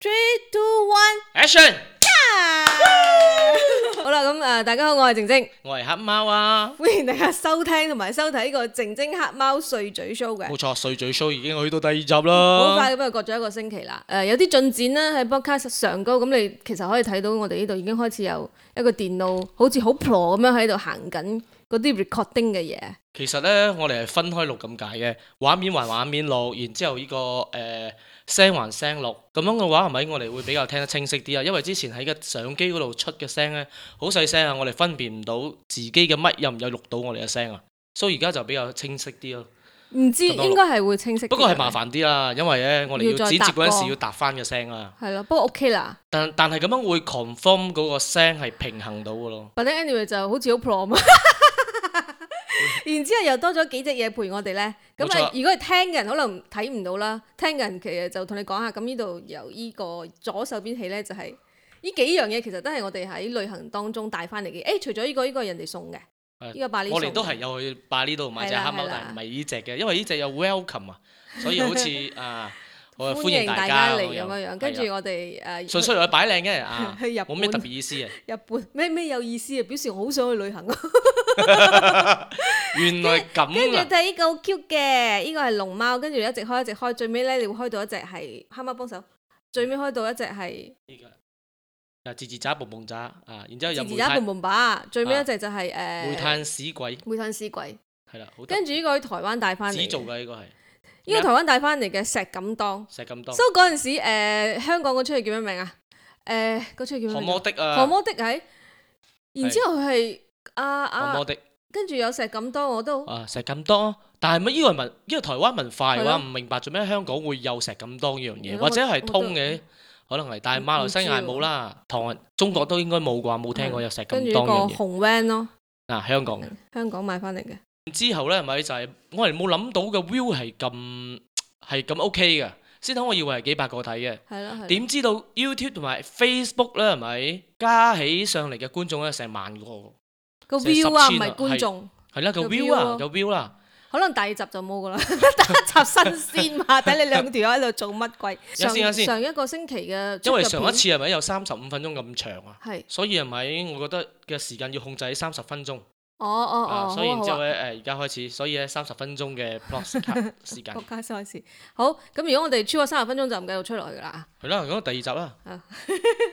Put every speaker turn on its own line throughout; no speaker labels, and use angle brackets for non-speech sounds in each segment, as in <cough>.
Three, two, one,
Action！
啊！好啦，咁誒，大家好，我係靜晶， <laughs>
我係黑貓啊，
歡迎大家收聽同埋收睇呢個靜晶黑貓碎嘴 show 嘅
冇。錯，碎嘴 show 已經去到第二集
好
啦。
快咁就啊過咗一個星期啦。誒、呃有啲進展啦，喺 podcast 上高，咁你其實可以睇到我哋呢度已經開始有一個電腦，好似好 pro 咁樣喺度行緊嗰啲 recording 嘅嘢。
其實呢，我哋係分開錄咁解嘅，畫面還畫面錄，然之後呢、個誒、呃、聲還聲錄，咁樣嘅話係咪我哋會比較聽得清晰啲啊？因為之前喺個相機嗰度出嘅聲呢，好細聲啊，我哋分辨唔到自己嘅乜有唔有錄到我哋嘅聲啊，所以而家就比較清晰啲咯。
唔知
咁多啊
應該係會清晰啲嘅，
不過係麻煩啲啦，因為呢，我哋
要再
要剪接
搭
嗰陣
歌
時要搭翻嘅聲啊，
係咯。不過 OK 啦，
但但係咁樣會 confirm 嗰個聲係平衡到嘅咯。
或者 anyway 就好似好 pro 嘛。然之後又多咗幾隻嘢陪我哋咧，咁
冇錯
啊，如果係聽嘅人可能睇唔到啦，聽嘅人其實就同你講下，咁呢度由呢個左手邊起咧就係、呢幾樣嘢其實都係我哋喺旅行當中帶翻嚟嘅。誒、除咗呢、個，呢、個係人哋送嘅，
誒
呢、個百里
我
送
哋
嘅
都係有去拜呢度買隻
係啦
黑貓，
係啦
但係唔係呢只嘅，因為呢只有 welcome 啊，所以好
<laughs>
似啊，我係歡
迎
迎
家
大家
嚟咁樣樣。跟住
係啊
我哋誒
純粹嚟擺
<laughs>
靚嘅啊，
去日
冇咩特
本
別意思嘅。
日本咩咩有意思啊，表示我好想去旅行啊。
原來
跟
咁
住
啊，
睇呢個好 cute 嘅，呢個係龍貓，跟住一直開一直開，最尾咧你會開到一隻係黑貓幫手，最尾開到一隻係
呢個啊，自自渣蹦蹦渣啊，然之後有
自自
煤
打
炭
蹦蹦把，最尾
啊
一隻就係誒
煤炭屎鬼，
煤炭屎鬼，
係啦，好得
跟住呢個喺台灣帶翻嚟
紙做
嘅，
嘅呢個係
呢個台灣帶翻嚟嘅石錦當，
石咁多
收嗰陣時誒香港嗰出戲叫咩名啊？誒嗰出戲叫
河
咩名
魔
啊？
的
何
啊，
魔的係，然之後佢係啊
河
啊
魔，的
跟住有石錦當我都
啊，石咁多。但係乜呢個係文，呢個台灣文化嘅
係
話，
咯
唔明白做咩香港會有石咁多呢樣
係
嘢，
咯
或者係
我
通
我
嘅
都，
可能係，但係馬來西亞冇啦，唐中國都應該冇啩，冇聽過有石
跟住呢
咁多
個
呢樣嘢。哦
紅 van 咯，
嗱，香港嘅
香港買翻嚟嘅，
之後咧，咪就係我係冇諗到嘅 view 係咁係咁 OK 嘅，先頭我以為係幾百個睇嘅。
係啦係啦。
點知道 YouTube 同埋 Facebook 咧，係咪加起上嚟嘅觀眾咧成萬個？
個
成十
view 啊，唔
千啊
係觀眾，
係啦，個
個
view 啊
view，
個 view 啦，
可能第二集就冇噶啦， <laughs> 第一集新鮮嘛，睇你兩條友喺度做乜鬼？
<laughs> 有先有
上
先
上一個星期嘅出
因為
嘅
上一
片
次係咪有三十五分鐘咁長啊？
係，
所以係咪？我覺得嘅時間要控制喺三十分鐘
哦哦
啊，
哦，
所以然
好
之
啊
後
好啊，
咧誒，而家開始，所以咧三十分鐘嘅 podcast 時間
國家賽事好。咁如果我哋超過三十分鐘就唔繼續出落去噶啦。
係啦，咁第二集啊啦，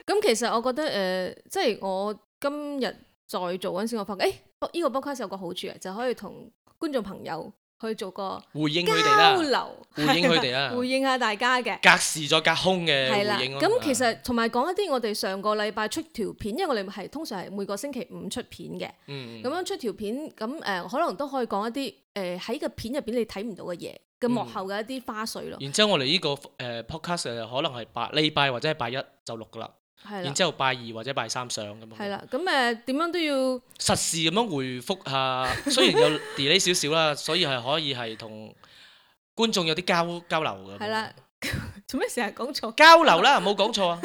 咁其實我覺得呃誒，即係我今日在做嗰陣時，我發覺誒，呢個 podcast 有個好處啊，就可以同觀眾朋友去做個
回應佢哋
交
啦，
流，
回應佢哋啦，
<laughs> 回應下大家嘅。
隔時再隔空嘅
係啦，
回應咯。
咁其
啊
實同埋講一啲我哋上個禮拜出條片，因為我哋係通常係每個星期五出片嘅，
嗯
咁樣出條片，咁誒、呃可能都可以講一啲誒喺個片入邊你睇唔到嘅嘢嘅幕後嘅一啲花絮咯，
然之後我哋呢個誒 podcast 誒可能係拜禮拜或者係拜一就錄噶啦，
係啦
然。之後拜二或者拜三上咁
係
樣，
啦，咁誒點樣都要
實時咁樣回覆下，雖然有 delay 少少啦，所以係可以係同觀眾有啲交交流嘅。
係啦， <laughs> 做咩成日講錯？
交流啦，冇講錯啊。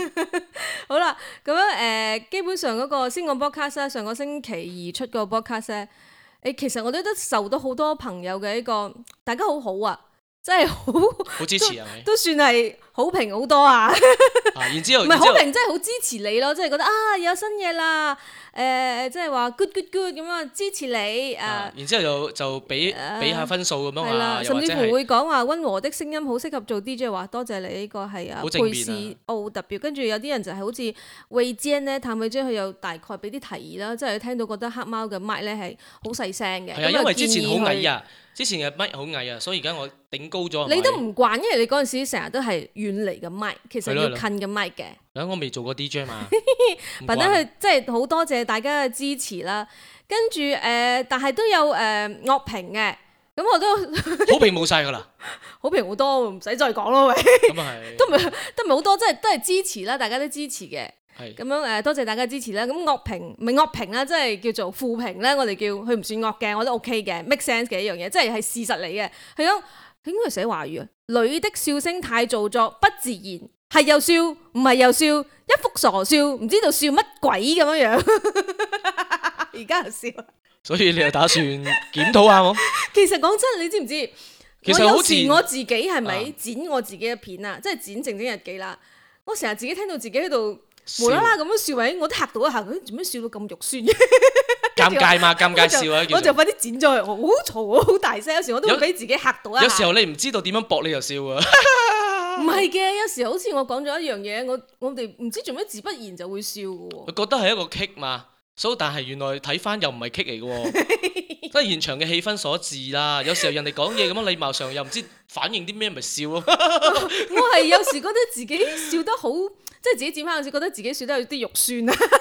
好啦，咁樣誒、呃基本上嗰、個先講 podcast 啦，上個星期二出個 podcast 咧，誒其實我哋都受到好多朋友嘅一個，大家好好啊，真係好
好支持係咪？
都算係好評好多啊！
啊，然之後，
唔係
然
好
之後，
評，真係好支持你咯，即係覺得啊有新嘢啦，誒、即係話 good good good 咁啊支持你
啊
啊，
然之後就就俾
啊
俾下分數咁樣
係啦，
啊，又
甚
或
至
者
乎
係
會講話温和的聲音好適合做 DJ，話多謝你呢、個係啊
好正
佩
面啊
士奧特別，跟住有啲人就係好似魏堅咧，譚慧晶佢又大概俾啲提議啦，即係聽到覺得黑貓嘅麥咧係好細聲嘅，
係啊，
咁
因為之前好矮
建議佢。
啊，之前嘅咪好矮啊，所以而家我頂高咗。係咪
你都唔慣，因為你嗰陣時成日都係遠離嘅麥，其實
係咯
要
係咯
近嘅麥嘅。
啊，我未做過 DJ 嘛，
<laughs>
唔
或者
慣
佢即係好多謝大家嘅支持啦。跟住誒、呃但係都有誒、呃、樂評嘅，咁我都
好評冇晒㗎
<laughs>
啦，
好評好多，唔使再講咯，喂，
咁啊係，
都唔係都唔係好多，即係都係支持啦，大家都支持嘅。
係
咁樣誒、呃多謝大家支持啦。咁樂評唔係樂評啦，即係叫做負評咧，我哋叫佢唔算惡嘅，我覺得 OK 嘅，make sense 嘅一樣嘢，即係係事實嚟嘅。係樣應該係寫華語啊，女的笑聲太做作，不自然。係又笑，唔係又笑，一幅傻笑，唔知道笑乜鬼咁樣樣。 <laughs> 而家又笑，
所以你又打算檢討
<laughs>
下冇？
其實講真，你知唔知？
其實
我有
好自
時
然
我自己係咪
啊
剪我自己嘅片啊？即係剪《靜靜日記》啦。我成日自己聽到自己喺度
笑
無啦啦咁樣笑，喂，我都嚇到一下，佢做咩笑到咁肉酸嘅？
尷尬嘛，尷
我
尬
就
笑
<laughs>
啊！
我
叫
就
做
快啲剪咗佢，我好嘈，我好大聲，有時我都會
有
俾自己嚇到一下。
有時候你唔知道點樣搏，你就笑啊！
唔係嘅，有時候好似我講咗一樣嘢，我我哋唔知做咩自不然就會笑嘅
我 <laughs>
喎。
覺得係一個 kick 嘛，所以但係原來睇翻又唔係 kick 嚟嘅喎，都係現場嘅氣氛所致啦。有時候人哋講嘢咁樣禮貌上又唔知反應啲咩，咪笑咯。
我係有時覺得自己笑得好，即係自己剪翻嗰時覺得自己笑得有啲肉酸啊。 <laughs>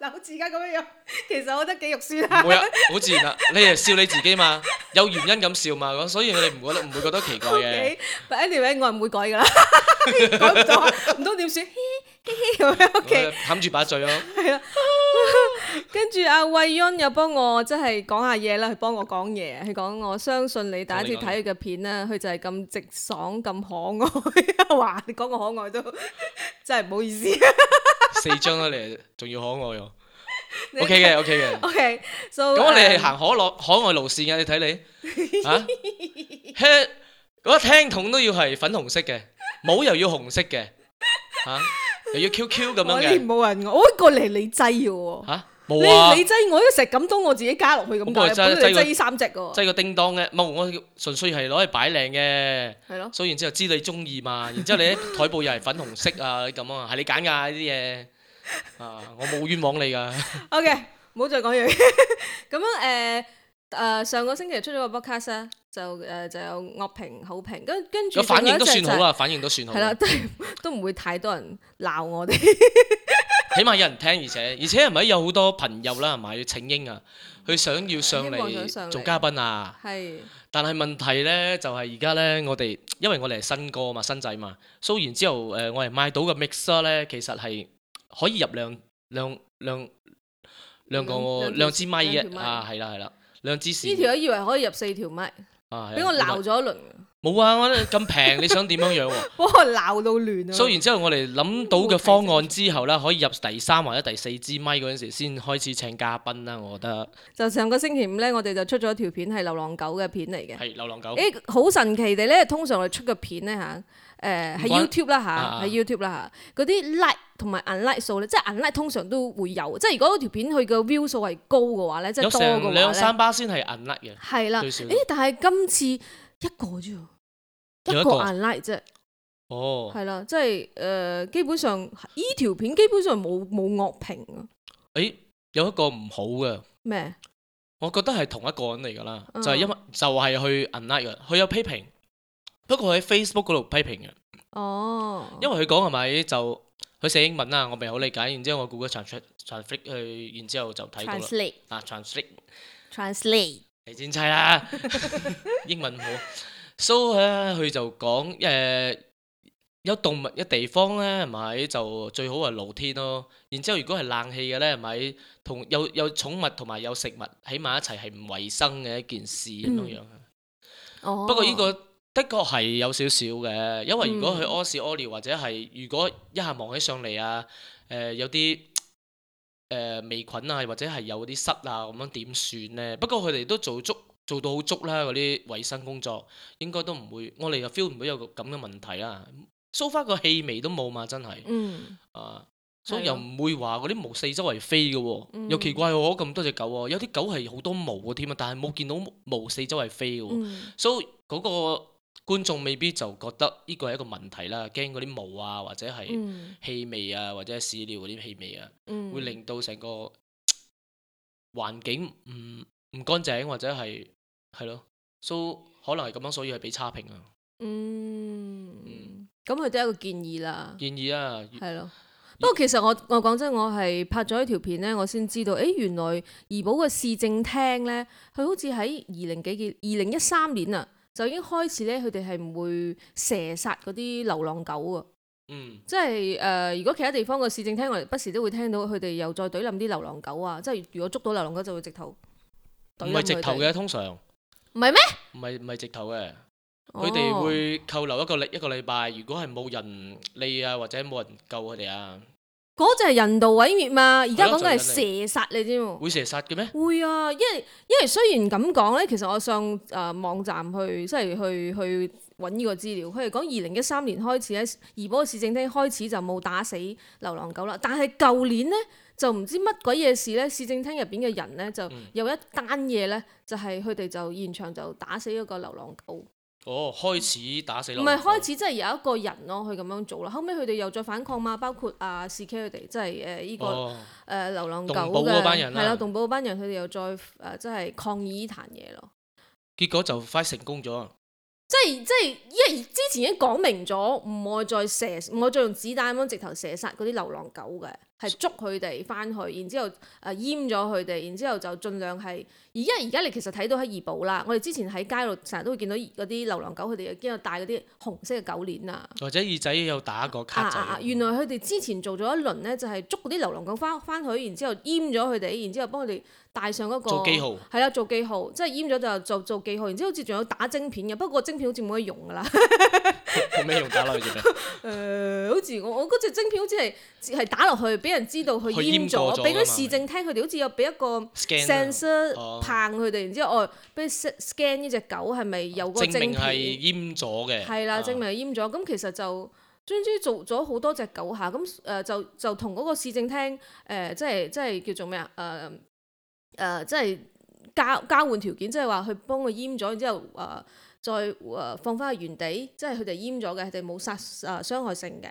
嗱，好似而家咁樣樣，其實我覺得幾肉酸啊。
冇啊，好自然啦。你係笑你自己嘛，有原因咁笑嘛，咁所以你唔覺得唔會覺得奇怪
O <laughs>
嘅。
K，but anyway，我係唔會改㗎啦， <laughs> 改唔到啊，唔通點算？嘿嘿嘿咁樣 O
咁
K。
啊冚住把嘴咯，
跟住阿慧恩又幫我即係講下嘢啦，佢幫我講嘢，佢講我相信你第一次睇佢嘅片咧，佢就係咁直爽咁可愛。 <laughs> 哇！你講我可愛都真係唔好意思。
<laughs> 四張啦，你仲要可愛喎。O K 嘅，O K 嘅。
O K，so <laughs>
咁我哋係行可樂可愛路線嘅，你睇你啊， <laughs> 嘿嗰個聽筒都要係粉紅色嘅，帽又要紅色嘅，嚇又要 QQ 咁樣
我
嘅，
連冇人，我過嚟你擠嘅喎。
嚇
你
冇啊
你，擠我都成咁多，我自己加落去咁
咁我
解，
係
本
擠擠
來
個
你擠三隻嘅喎，
即係個叮當嘅，冇我純粹係攞嚟擺靚嘅，
係咯。
所以然之後知你中意嘛，然之後你啲台布又係粉紅色啊咁啊，係你揀㗎呢啲嘢，啊我冇冤枉你㗎，
O K，唔好再講嘢。 <laughs> 咁樣誒誒，上個星期出咗個 podcast 啊，就誒就有樂評好評，跟跟住
個反應都
仲有一隻
算
就係
好啦，反應都算好
係 <laughs>
啦
啦，。都都唔會太多人鬧我哋。
起碼有人聽，而且而且係咪有好多朋友啦，係咪請纓啊？佢想要上
希望想上
嚟
嚟
做嘉賓啊！
係
但係問題呢，就係而家呢，我哋因為我哋係新歌嘛、新仔嘛，所以然之後誒、呃我哋賣到嘅 mixer 呢，其實係可以入兩兩兩兩個
嗯兩
兩支咪
兩條
嘅
咪
啊，係啦係啦，兩支線
<laughs> 呢條友以為可以入四條咪，
啊，係啊
俾我鬧咗一輪，
冇啊！我哋咁平，你想點樣樣喎？
<laughs> 哇！鬧到亂啊！
所以然之後，我哋諗到嘅方案之後呢，可以入第三或者第四支咪嗰陣時，先開始請嘉賓啦。我覺得
就上個星期五咧，我哋就出咗條片係流浪狗嘅片嚟嘅。
係流浪狗。
誒好神奇地咧，通常我哋出嘅片咧嚇，誒
唔關
喺 YouTube 啦
啊
嚇，喺 YouTube 啦嚇，嗰啲 like 同埋 unlike 數咧，即係 unlike 通常都會有，即係如果條片佢嘅 view 數係高嘅話咧，即
有
係多
成
嘅
兩
話啊
三巴先係銀甩嘅
咧，，係啦。
最少。
誒，但係今次一個啫喎，
有
一
一
個
個
unlike 啫。
哦，
係啦，即係誒、呃基本上呢條片基本上冇冇惡評啊，
誒有一個唔好嘅，
咩？
我覺得係同一個人嚟㗎啦，就
嗯
係因為就係去銀甩嘅，佢有批評，不過喺 Facebook 嗰度批評嘅，
哦，
因為佢講係咪就佢寫英文啊啦，我未好理解，然之後我估個 translate translate 去，然之後就睇到啦，
translate
啊 translate。
translate
你剪差啦，英文唔好。So 咧，佢就講誒、呃有動物嘅地方咧，係咪就最好係露天咯？然之後如果係冷氣嘅咧，係咪同有有寵物同埋有食物喺埋一齊係唔衞生嘅一件事咁樣樣。
哦，
不過呢個的確係有少少嘅，因為如果佢
嗯
屙屎屙尿或者係如果一下望起上嚟啊，誒、有啲誒、呃微菌啊，或者係有啲虱啊咁樣點算呢？不過佢哋都做足做到好足啦，嗰啲衞生工作應該都唔會，我哋又 feel 唔到有個咁嘅問題啦。so far 個氣味都冇嘛，真係
嗯
啊！所以
係
又
咯
唔會話嗰啲毛四周圍飛嘅喎、
嗯
又奇怪喎，咁多隻狗喎、有啲狗係好多毛嘅添啊，但係冇見到毛四周圍飛嘅喎、
嗯
所以嗰個觀眾未必就覺得呢個係一個問題啦，驚嗰啲毛啊，或者係
嗯
氣味啊，或者係屎尿嗰啲氣味啊，
嗯，
會令到成個嘖環境唔唔乾淨，或者係係咯，所以可能係咁樣，所以係俾差
哦
評啊。
嗯，咁佢都係一個建議啦，
建議啊，
係咯。不過其實我我講真，我係拍咗一條片咧，我先知道，誒原來怡寶嘅市政廳咧，佢好似喺二零幾幾二零一三年啊，就已經開始咧，佢哋係唔會射殺嗰啲流浪狗啊。
嗯，
即係誒、呃如果其他地方嘅市政廳，我哋不時都會聽到佢哋又再懟冧啲流浪狗啊！即係如果捉到流浪狗就會直頭
唔
懟冧
係直頭
佢哋，
嘅，通常
唔係咩？哦
唔係唔係直頭嘅，佢哋會扣留一個禮一個禮拜，如果係冇人理啊，或者冇人救佢哋啊，
哦嗰就係人道毀滅嘛！而家
係咯
講緊係
就係人
射殺你知冇？
會射殺嘅咩？
會啊，因為因為雖然咁講咧，其實我上誒、呃、網站去即係去去揾呢個資料，佢哋講二零一三年開始喺怡保市政廳開始就冇打死流浪狗啦，但係舊年呢，就唔知乜鬼嘢事呢，市政廳入邊嘅人呢，就
嗯
有一單嘢呢，就係佢哋就現場就打死一個流浪狗，唔
哦，開始打死咯。
係開始真係有一個人咯，佢咁樣做啦，後尾佢哋又再反抗嘛，包括啊 c K 佢哋，即係誒呢個。
哦，
誒、呃流浪狗
動保嗰班
嘅，
人
係
啦
啦，動保嗰班人佢哋又再誒、即係抗議呢壇嘢咯。
結果就快成功咗。
即係即係，因為之前已經講明咗，唔愛再射，唔愛再用子彈咁樣直頭射殺嗰啲流浪狗嘅，係捉佢哋翻去，然之後誒呃閹咗佢哋，然之後就盡量係。而因為而家你其實睇到喺怡保啦，我哋之前喺街度成日都會見到嗰啲流浪狗，佢哋又經有戴嗰啲紅色嘅狗鏈啊。
或者耳仔有打過
啊
卡仔。
啊啊！原來佢哋之前做咗一輪呢，就係捉嗰啲流浪狗翻翻去，然之後閹咗佢哋，然之後幫佢哋戴上嗰個
做記號 <laughs>
係啦，做記號，即係閹咗就做做記號，然之後好似仲有打晶片嘅，不過晶片好似冇得用㗎
<laughs>
啦。
有咩用打
<laughs>
落去啫？
誒、好似我我嗰隻晶片好似係係打落去，俾人知道佢
佢
閹
閹過咗
咗，俾嗰
㗎嘛
啲市政廳佢哋好似有俾一個
scan 啊
sensor
哦
棒佢哋，然之後哦俾 scan 呢只狗係咪有嗰個
證
晶
明係
片？
閹咗嘅。
係啦，
啊
證明係閹咗。咁其實就總之做咗好多隻狗下，咁誒、呃就就同嗰個市政廳誒、呃即係即係叫做咩啊？誒、呃、呃即係交交換條件，即係話佢幫佢閹咗，然之後誒、呃再誒、呃放翻去原地，即係佢哋閹咗嘅，佢哋冇殺誒、呃、傷害性嘅，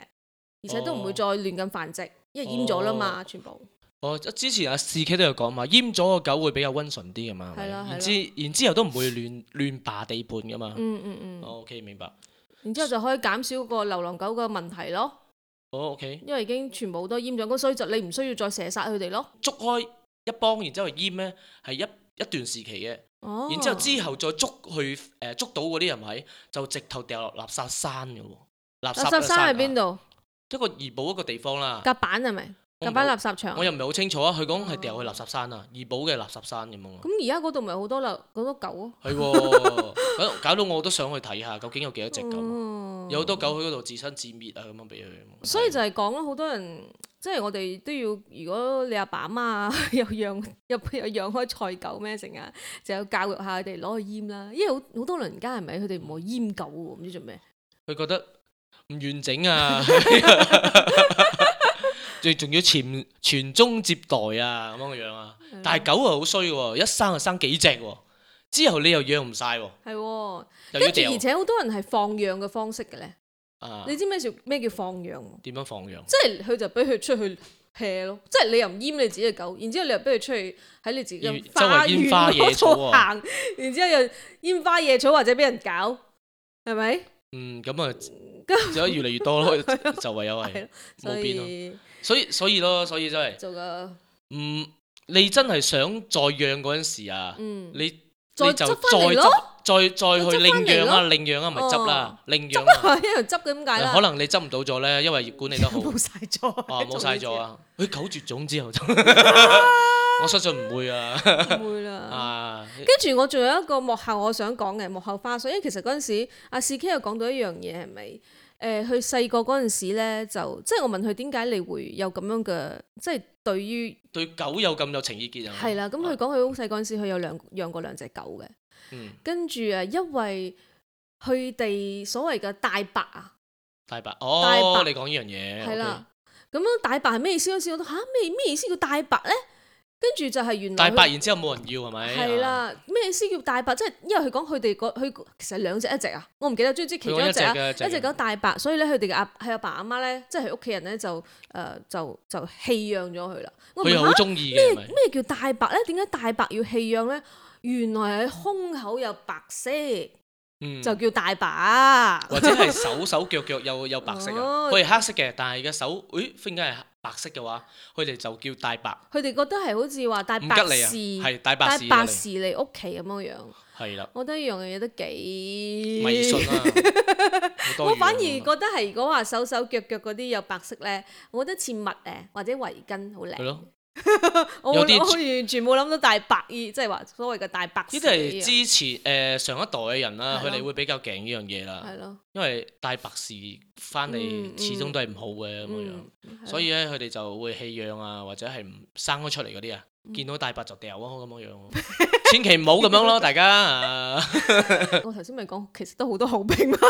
而且都唔會
哦
再亂咁繁殖，因為閹咗啦嘛，全部。
我之前阿四 K 都有講嘛，閹咗個狗會比較温順啲噶嘛，係咪
係啦係啦
然之然之後都唔會亂亂霸地盤噶嘛。
嗯嗯嗯，
O K 明白。
然之後就可以減少個流浪狗嘅問題咯，
哦 O K，
因為已經全部都閹咗，咁所以就你唔需要再射殺佢哋咯。
捉開一幫，然之後閹咧係一一段時期嘅，
哦，
然之後之後再捉去誒、呃捉到嗰啲人咪就直頭掉落垃圾山嘅喎。垃圾
垃
啊
圾山喺邊
度？
度？
一個怡保一個地方啦。
甲板係咪？
我
甲
唔
板
好
垃圾場
我。又唔係好清楚啊，佢講係掉去垃圾山啊，怡保嘅垃圾山咁樣啊。
咁而家嗰度咪好多流好多狗啊咯。
係喎，
<laughs>
搞搞到我都想去睇下，究竟有幾多隻狗？啊
哦
有好多狗喺嗰度自生自滅啊，咁樣俾佢。
所以就係講咯，好多人即係我哋都要，如果你阿爸阿媽啊 <laughs> 又養又又養開菜狗咩成啊，就有教育下佢哋攞去閹啦。因為好好多老人家係咪佢哋唔會閹狗喎，唔知做咩。
佢覺得唔完整
<laughs>
啊，仲仲要傳傳宗接代啊，咁樣樣啊。
嗯
但係狗啊好衰嘅喎，一生就生幾隻喎，之後你又養唔晒喎，
係喎，
又要
跟住
掉
而且好多人係放養嘅方式嘅咧。
啊。
你知咩叫咩叫放養喎？
點樣放養？
即係佢就俾佢出去 hea 咯，即係你又唔閹你自己嘅狗，然之後你又俾佢出去喺你自己嘅
周
花
圍
園
煙花野
嗰
草
度
啊
行，然之後又煙花野草或者俾人搞，係咪？
嗯，咁啊， <laughs> 就越嚟越多咯，就唯有
<laughs> 係
係
咯
冇
所
變咯。啊
以
所以所以咯，所以真係。
做個
嗯，你真係想再養嗰陣時啊，
嗯
你
再
你就
執
再
返嚟
執
咯，
再再去
再執
領
返嚟
養啊，
咯
領養啊，咪執啦，領養啊，
<laughs> 一路執嘅咁解啦，
可能你執唔到咗咧，因為管理
<laughs>
得好，
冇晒咗，
啊冇晒咗啊，佢狗絕種之
<laughs>
後就，我相信唔會啊，
做呢啲嘢， <laughs> 唔會啦。
啊，
跟住我仲有一個幕後我想講嘅幕後花絮，因為其實嗰陣時阿士 K 又講到一樣嘢係咪？誒，佢細個嗰陣時咧，就即係我問佢點解你會有咁樣嘅，即係對於
對狗有咁有情意結啊，
係啦。咁佢講佢好細嗰陣時，佢有兩養過兩隻狗嘅。
嗯，
跟住誒，因為佢哋所謂嘅大白啊，
大白，
大
哦，
白
你講呢樣嘢，
係啦，咁樣大白係咩意思？嗰陣時我都嚇咩咩意思叫大白咧？跟住就係原
OK，
來
大
佢
白，然之後冇人要係咪？啊
係，啦，咩意思叫大白？即係因為佢講佢哋個佢其實兩隻一隻啊，我唔記得，總之其
佢
中
講
一
一隻
隻啊。
嘅，
一隻狗大白，所以咧佢哋嘅阿係阿爸阿媽咧，即係佢屋企人咧就誒、呃就就棄養咗佢啦。我
佢
問 <laughs>
又
下
好中意嘅，
咩
係咪？
咩叫大白咧？點解大白要棄養咧？原來係胸口有白色，
嗯
就叫大白。
或者係手手腳腳有有白色啊，
哦
佢係黑色嘅，但係嘅手，誒 finger 係白色嘅話，佢哋就叫大白，
佢哋覺得係好似話大
唔
白
吉
事，
利啊，係大白
大
事
白
嚟，
事嚟屋企咁樣樣。
係啦，
我覺得呢樣嘢都幾
迷信啊啦，好多
我反而
嘢
覺
啊
得係如果話手手腳腳嗰啲有白色咧，我覺得似襪誒或者圍巾好
係
靚。
咯，
我
有
我
啲
完全冇諗到大白衣，即係話所謂嘅大白事
呢
嚟嘅。
啲呃係之前誒上一代嘅人啦，
啊係
佢
咯
哋會比較勁呢樣嘢啦，
係咯，
因為帶白事翻嚟
嗯嗯
始終都係唔好嘅咁樣。
嗯，係
所以咧，佢哋就會棄養啊，或者係唔生咗出嚟嗰啲啊，見到大白就掉啊咁樣樣，千祈唔好咁樣咯，大家
<laughs>
啊，
我頭先咪講，其實都好多好評嘛。 <laughs>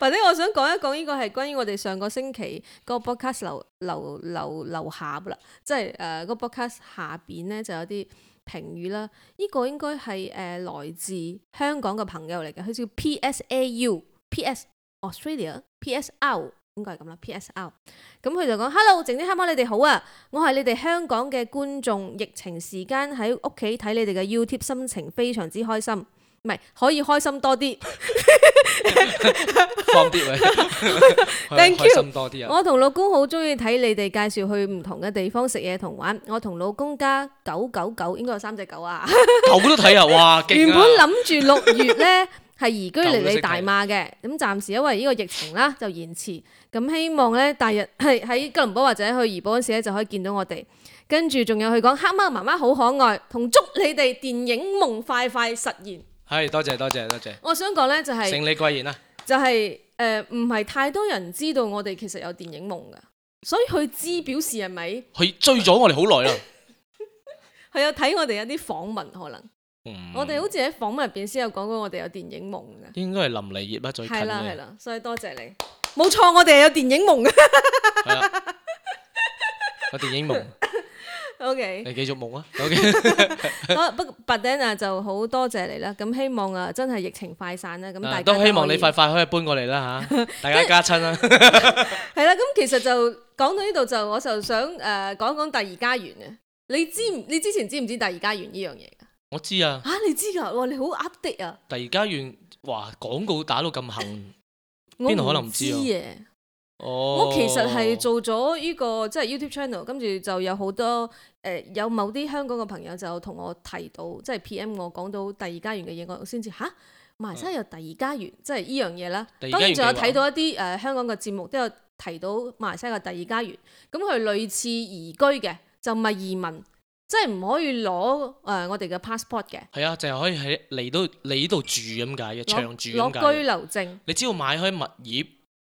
或者我想講一講呢個係關於我哋上個星期個 podcast 留留留留下啦，即係誒個 podcast 下邊咧就有啲評語啦。呢、個應該係誒、呃來自香港嘅朋友嚟嘅，佢叫 PSAU PS Australia PSR。應該係咁啦，PSR。咁佢就講：Hello，靜姐，香港你哋好啊！我係你哋香港嘅觀眾，疫情時間喺屋企睇你哋嘅 YouTube，心情非常之開心。唔係可以開心多啲。
放啲位，
Thank
開心多啲啊！
我同老公好中意睇你哋介紹去唔同嘅地方食嘢同玩。我同老公加九九九，應該有三隻狗啊。
狗都睇啊，哇，
<laughs> 原
勁
本
啊！
諗住六月呢係移居
狗都
嚟
識
你大馬
<laughs>
嘅，咁暫時因為呢個疫情啦就延遲。咁希望呢，第日係喺吉隆坡或者去怡保嗰時咧就可以見到我哋。跟住仲有佢講黑貓媽媽好可愛，同祝你哋電影夢快快實現。
係多謝多謝多謝，
我想講呢，就係、
承你貴言啊！
就係誒唔係太多人知道我哋其實有電影夢噶，所以佢知表示係咪？
佢追咗我哋好耐啦，
佢有睇我哋有啲訪問，可能、
嗯
我哋好似喺訪問入邊先有講過我哋有電影夢嘅，
應該係林麗葉啦，最近
係啦係
嘅，
啦，所以多謝你，冇錯，我哋有電影夢嘅。
係啦，個電影夢，
<laughs> OK，
你繼續夢啊，OK，
好不過 but then 啊就好多謝你啦，咁希望啊真係疫情快散啦，咁大家
啊都希望
可以
你快快可以搬過嚟啦嚇，大家加親啦，
<laughs> 係啦，咁其實就講到呢度就我就想誒、呃、講講第二家園嘅，你知唔你之前知唔知第二家園呢樣嘢㗎？
我知啊。
啊，你知㗎？哇，你好 update 啊！
第二家園，哇！廣告打到咁行，
我
邊度可能唔知啊
嘅，
哦，
我其實係做咗呢、個即係 YouTube channel，跟住就有好多誒、呃有某啲香港嘅朋友就同我提到，即係 PM 我講到第二家園嘅嘢，我先至吓，馬來西亞有第二家園，即係呢樣嘢啦。
第二家
當然
園
仲有
計劃
睇到一啲誒、呃香港嘅節目都有提到馬來西亞嘅第二家園，咁佢類似移居嘅，就唔係移民，即係唔可以攞誒、呃我哋嘅 passport 嘅，
係啊，就係可以喺嚟到嚟呢度住咁解嘅，
攞
長住咁解
攞居
嘅。
留證。
你只要買開物業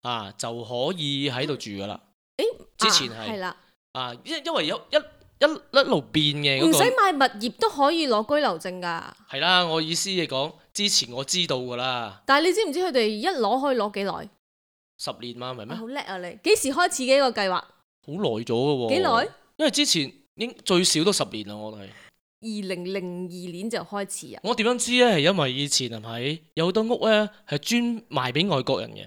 啊，就可以喺度住噶啦。之前
啊係
係
啦、
啊，因因為有一一一路變嘅
唔
嗰
使買
個
物業都可以攞居留證㗎，
係啦。我意思係講，之前我知道噶啦，
但係你知唔知佢哋一攞可以攞幾耐？
十年嘛，明咩？
啊
好
好叻啊你！幾時開始嘅呢個計劃？
耐咗嘅喎。
幾耐？
因為之前應最少都十年啦，我哋。
二零零二年就開始啊！
我點樣知咧？係因為以前係咪有好多屋咧係專賣俾外國人嘅？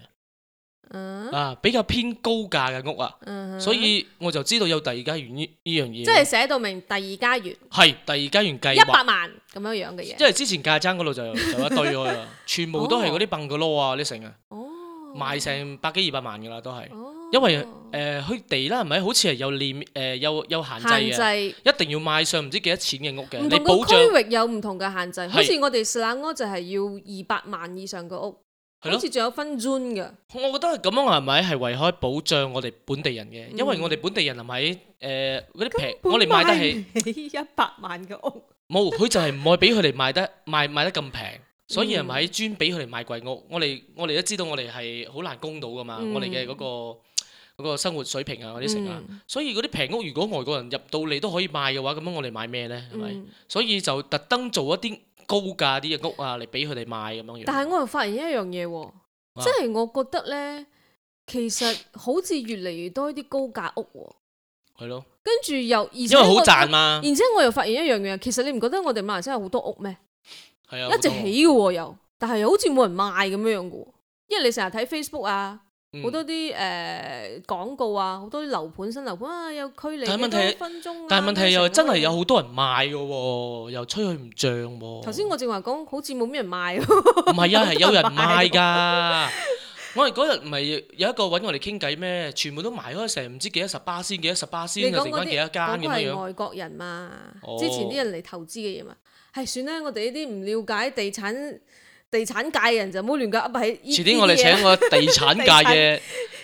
嗯
啊，比較偏高價嘅屋啊，
嗯
所以我就知道有第二家園呢呢樣
即
嘢，
係寫到明第二家園
係第二家園計
一百
劃，
萬咁樣樣嘅嘢。
因為之前價爭嗰度
<laughs>
就有一堆咗啦，全部都係嗰啲蹦個攞啊，呢成啊，
哦，
賣成百幾二百萬㗎啦，都係，
哦，
因為誒佢地啦係咪？好似係有 limit 誒有有限制
限
嘅，
制
一定要賣上唔知幾多錢嘅屋嘅，
唔
你
同
保
嘅
障
區域有唔同嘅限制，好似
係
我哋士蘭哥就係要二百萬以上嘅屋，
係
好
咯
似。仲有分 zone 嘅。
我覺得係咁樣係咪係為開保障我哋本地人嘅？因為我哋本地人係咪誒嗰啲平，我哋買得起。
起一百萬嘅屋，
冇，佢就係唔可以俾佢哋賣得賣賣得咁平，所以係
嗯
咪專俾佢哋賣貴屋？我哋我哋都知道我哋係好難供到噶嘛，
嗯
我哋嘅嗰個嗰個生活水平啊嗰啲成啊，
嗯
所以嗰啲平屋如果外國人入到嚟都可以賣嘅話，咁樣我哋買咩呢？係咪？
嗯
所以就特登做一啲高價啲嘅屋啊嚟俾佢哋賣咁樣樣。
但係我又發現一樣嘢喎，
啊
即係我覺得咧，其實好似越嚟越多啲高價屋喎，
係咯，
跟住又而且
因為好
我
賺。啊嘛，
然之後我又發現一樣嘢，其實你唔覺得我哋馬來西亞好多屋咩？
係啊，
一直
好多
起嘅喎又，但係又好似冇人賣咁樣樣嘅喎。因為你成日睇 Facebook 啊，
嗯
好多啲誒、呃、廣告啊，好多啲樓盤新樓盤啊，有距離
但係
幾
問題
多分鐘啊
但係問題
咩
又
成
真係
咁樣
有好多人賣嘅喎，又吹佢唔漲喎。
頭先我正話講，好似冇咩人賣喎。
唔係啊，係有人賣
賣
㗎。我哋嗰日唔係有一個揾我哋傾偈咩？全部都埋開成唔知幾多十巴仙，幾多十巴
你
仙，就
講
剩
嗰
翻
啲
幾多間
嗰
咁
個
樣
係
樣。
外國人嘛，
哦
之前啲人嚟投資嘅嘢嘛，係算啦。我哋呢啲唔了解地產地產界嘅人就唔好亂咁噏喺呢
遲啲我哋
呢啲嘢啊
請個地產
<laughs>
界嘅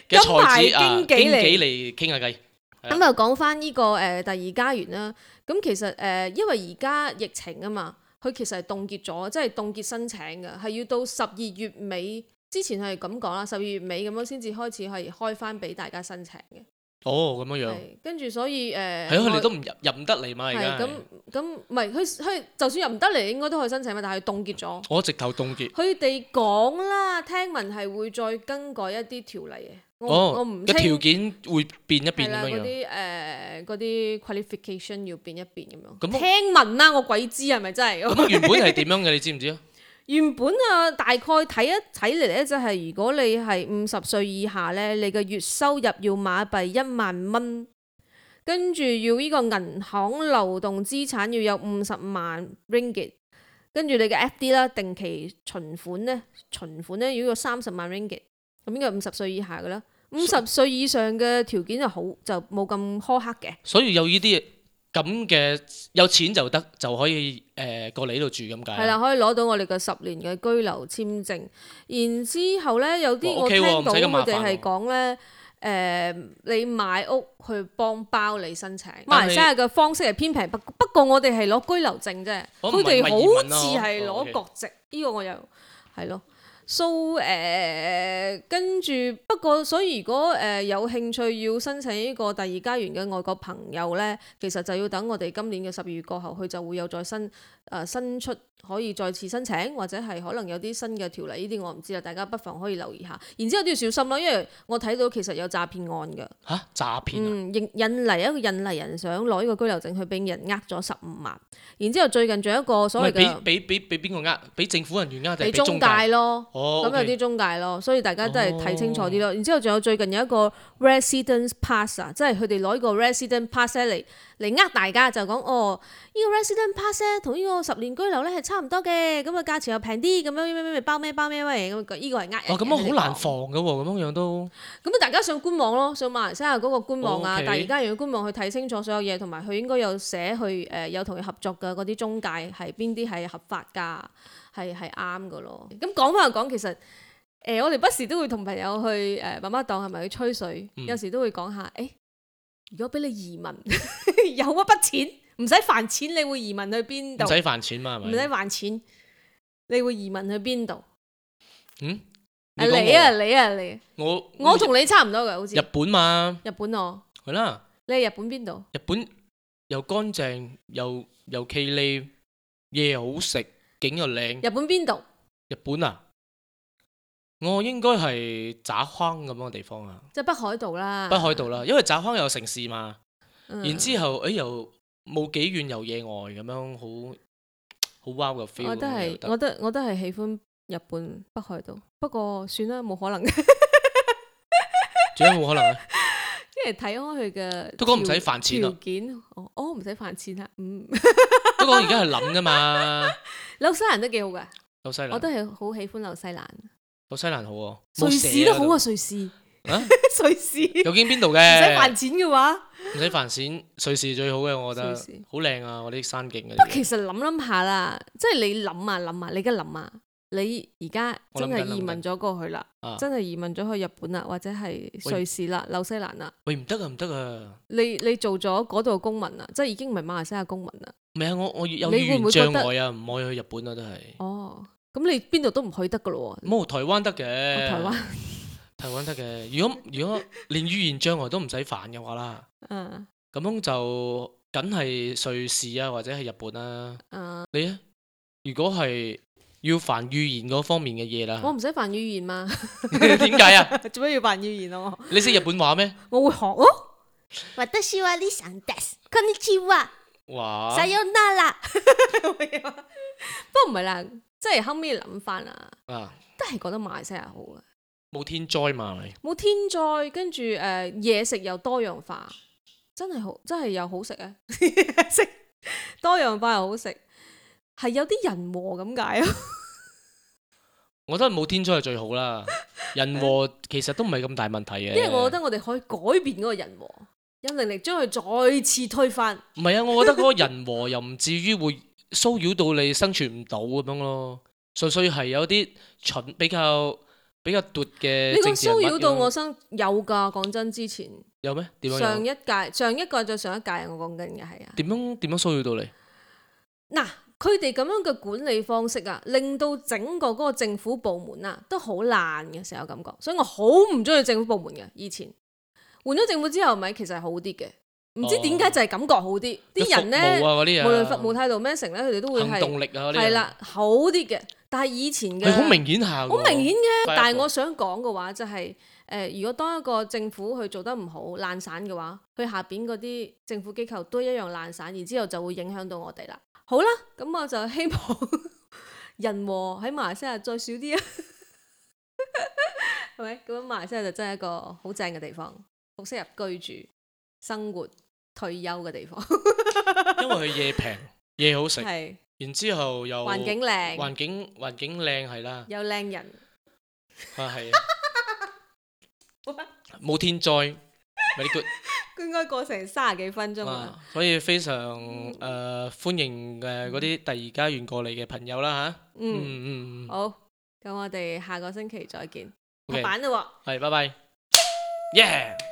嘅
金牌
財子啊
經紀
經
嚟
紀嚟傾下偈。係啊
咁啊，講翻呢個誒、呃第二家園啦。咁其實誒、呃因為而家疫情啊嘛，佢其實係凍結咗，即係凍結申請嘅，係要到十二月尾之前係咁講啦，十二月尾咁樣先至開始係開翻俾大家申請嘅，
哦，咁樣樣，
係跟住所以誒，
係啊咯，佢哋
外
都唔入入唔得嚟嘛，而
係
家
咁
係。
咁，唔係佢佢就算入唔得嚟，應該都可以申請嘛，但係凍結咗。
我直頭凍結。
佢哋講啦，聽聞係會再更改一啲條例嘅。我唔我
哦
唔，
個條
清
件會變一
係
變
啦，
咁
嗰
樣樣。
啲誒嗰啲 qualification 要變一變咁樣。
咁
聽聞啦，我鬼知係咪真係？
咁原本係點樣嘅？你知唔知啊？
原本啊，大概睇一睇嚟咧，就係如果你係五十歲以下咧，你嘅月收入要馬幣一萬蚊，跟住要呢個銀行流動資產要有五十萬 ringgit，跟住你嘅 FD 啦，定期存款咧，存款咧要有三十萬 ringgit，咁應該五十歲以下噶啦。五十歲以上嘅條件就好，就冇咁苛刻嘅。
所以有呢啲咁嘅有錢就得就可以誒過嚟呢度住咁解
係
啊。
啦，可以攞到我哋嘅十年嘅居留簽證。然之後咧，有啲
哇
我
，OK
聽
喎
到
唔使咁麻
佢
煩喎
哋係講咧，誒、你買屋去幫包你申請。馬
但係
來西亞嘅方式係偏平，不不過我哋係攞居留證啫，
哦我唔係
佢哋
咪移
好
民咯
似係
哦，OK
攞國籍，呢、個我又係咯。so 誒、跟住不過，所以如果誒、有興趣要申請呢個第二家園嘅外國朋友咧，其實就要等我哋今年嘅十二月過後，佢就會有再申誒、新出可以再次申請，或者係可能有啲新嘅條例，呢啲我唔知啦，啊大家不妨可以留意下。然之後都要小心啦，因為我睇到其實有詐騙案㗎。
嚇詐騙啊！
嗯，印印尼一個印尼人想攞呢個居留證，佢俾人呃咗十五萬。然之後最近仲有一個所
唔
謂
係
嘅
俾俾俾俾邊個呃？俾政府人員呃定
俾
係俾
中
中介？
介咯。
哦，
咁
OK 哦
有啲中介咯，所以大家都係睇清楚啲咯。然之後仲有最近有一個 residence pass 啊，即係佢哋攞呢個 resident pass 咧嚟嚟呃大家，就講哦，呢、個 resident pass 咧同呢個十年居留咧係差唔多嘅，咁啊價錢又平啲，咁樣咩咩咩包咩包咩喂，咁呢個係呃人嘅。
哇，咁啊好難
佢哋講
防嘅喎，咁樣樣都
咁啊大家上官網咯，上馬來西亞嗰個官網啊，
哦 OK
但係而家用官網去睇清楚所有嘢，同埋佢應該有寫去誒、呃有同佢合作嘅嗰啲中介係邊啲係合法㗎，係係啱嘅咯。咁講翻又講，其實誒、呃我哋不時都會同朋友去誒、呃、媽媽檔係咪去吹水，
嗯
有時都會講下誒、欸如果俾你移民 <laughs> 有一筆錢，唔使煩錢，你會移民去邊
唔
度
使？飯錢嘛，係
唔使
咪？
還錢，你會移民去邊度？
嗯，
啊
講
你
我
啊你啊你啊，
我
我同你差唔多嘅，好似
日本嘛，
日本我。
係啦，
你係日本邊度？
日本又乾淨又又企理，嘢又好食，景又靚。
日本邊度？
日本啊，我應該係札幌咁樣嘅地方啊，
即係北海道啦。
北海道啦，因為札幌有城市嘛。
嗯。
然之後，誒、哎又冇幾遠又野外咁樣，好好 wow 嘅 feel 啊咁樣又得。
我都係，我都我都係喜歡日本北海道。不過算啦，冇可能， <laughs>
仲有冇可能啊？
因為睇開佢嘅
都講唔使
條
飯錢啊
條
啦，
件。哦，哦唔使飯錢啊。嗯，
都講而家係諗啫嘛。
紐西蘭都幾好㗎，
紐西
我
蘭
都，係好喜歡紐西蘭。
紐西蘭好喎、
瑞
冇
士
蛇
都好啊
嗰，
瑞士。
度啊！
<laughs> 瑞士唔
究竟邊度
使飯
嘅？
錢嘅話，
唔使飯錢，瑞士最好嘅，我覺得
瑞士
好靚啊！我啲山景嗰
不過
啲，
其實諗諗下啦，即係你諗啊諗啊，你而家諗啊，你而家
我諗
真
緊啊
係
諗
移民
緊
咗過去啦，
啊
真係移民咗去日本啦，或者係
喂
瑞士啦、紐西蘭啦。
喂唔得啊唔得啊！
你你做咗嗰度公民啦，啊即係已經唔係馬來西亞公民啦。
唔係啊，我我有語
你會唔
言
會
障
覺得
礙啊，唔可以去日本啊，都係。
哦，咁你邊度都唔去得噶咯喎。
冇台灣得嘅，
哦台
台
灣，
台灣得嘅。如果如果連語言障礙都唔使煩嘅話啦，
嗯
咁樣就梗係瑞士啊，或者係日本啦、
嗯，
你咧，如果係要煩語言嗰方面嘅嘢
我
啦， <laughs>
唔使煩語言嘛，
點解啊？
<laughs> 做咩要煩語言啊？
你識日本話咩？
我我會學咯。
<laughs> 私はリサンです。こんにちは。
哇！
さよな
<laughs>
ら。
不過唔係啦，即係後尾諗翻啦，
啊，
都係覺得馬來西亞好啊，
冇天災嘛，係咪？
冇天災，跟住誒嘢食又多樣化，真係好，真係又好食啊！ <laughs> 食多樣化又好食，係有啲人和咁解啊。
我覺得冇天災係最好啦。人和其實都唔係咁大問題嘅，
因為我覺得我哋可以改變嗰個人和，有能力將佢再次推翻。
唔係啊，我覺得嗰個人和又唔至於會騷擾到你生存唔到咁樣咯，純粹係有啲蠢比較比較奪嘅
你講
政治人物
騷擾到
咁樣
我生有㗎，講真之前
有咩點樣
上
樣
一屆、上一屆再上一屆，我講緊嘅係啊。
點樣點樣騷擾到你？
嗱，佢哋咁樣嘅管理方式啊，令到整個嗰個政府部門啊都好爛嘅，成日有感覺，所以我好唔中意政府部門嘅。以前換咗政府之後，咪其實係好啲嘅，唔知點解就係感覺好啲，啲、人
哦服
呢，
務啊嗰啲啊，
無論服務態度咩成咧，佢哋都會
行
係
動力啊嗰啲啊，
係啦好啲嘅。但係以前嘅
係好明顯啊下㗎喎，
好明顯嘅，
第一
但係
步
我想講嘅話就係、誒、如果當一個政府佢做得唔好爛散嘅話，佢下邊嗰啲政府機構都一樣爛散，然之後就會影響到我哋啦。好啦，咁我就希望 <laughs> 人和喺馬來西亞再少啲啊， <laughs> 係咪？咁樣馬來西亞就真係一個好正嘅地方，好適合居住、生活、退休嘅地方，
<laughs> 因為佢嘢平，嘢好食，
係
然之後又
環境靚，
環境環境靚係啦，
<laughs> 有靚人。
啊係，冇天災，very
<laughs>
good
佢應該過成三十幾分鐘啊！
啊，所以非常誒歡迎誒嗰啲第二家園過嚟嘅朋友啦嚇，
嗯。
嗯嗯嗯
好，咁我哋下個星期再見。
，OK，
版嘞喎！
係，拜拜，yeah。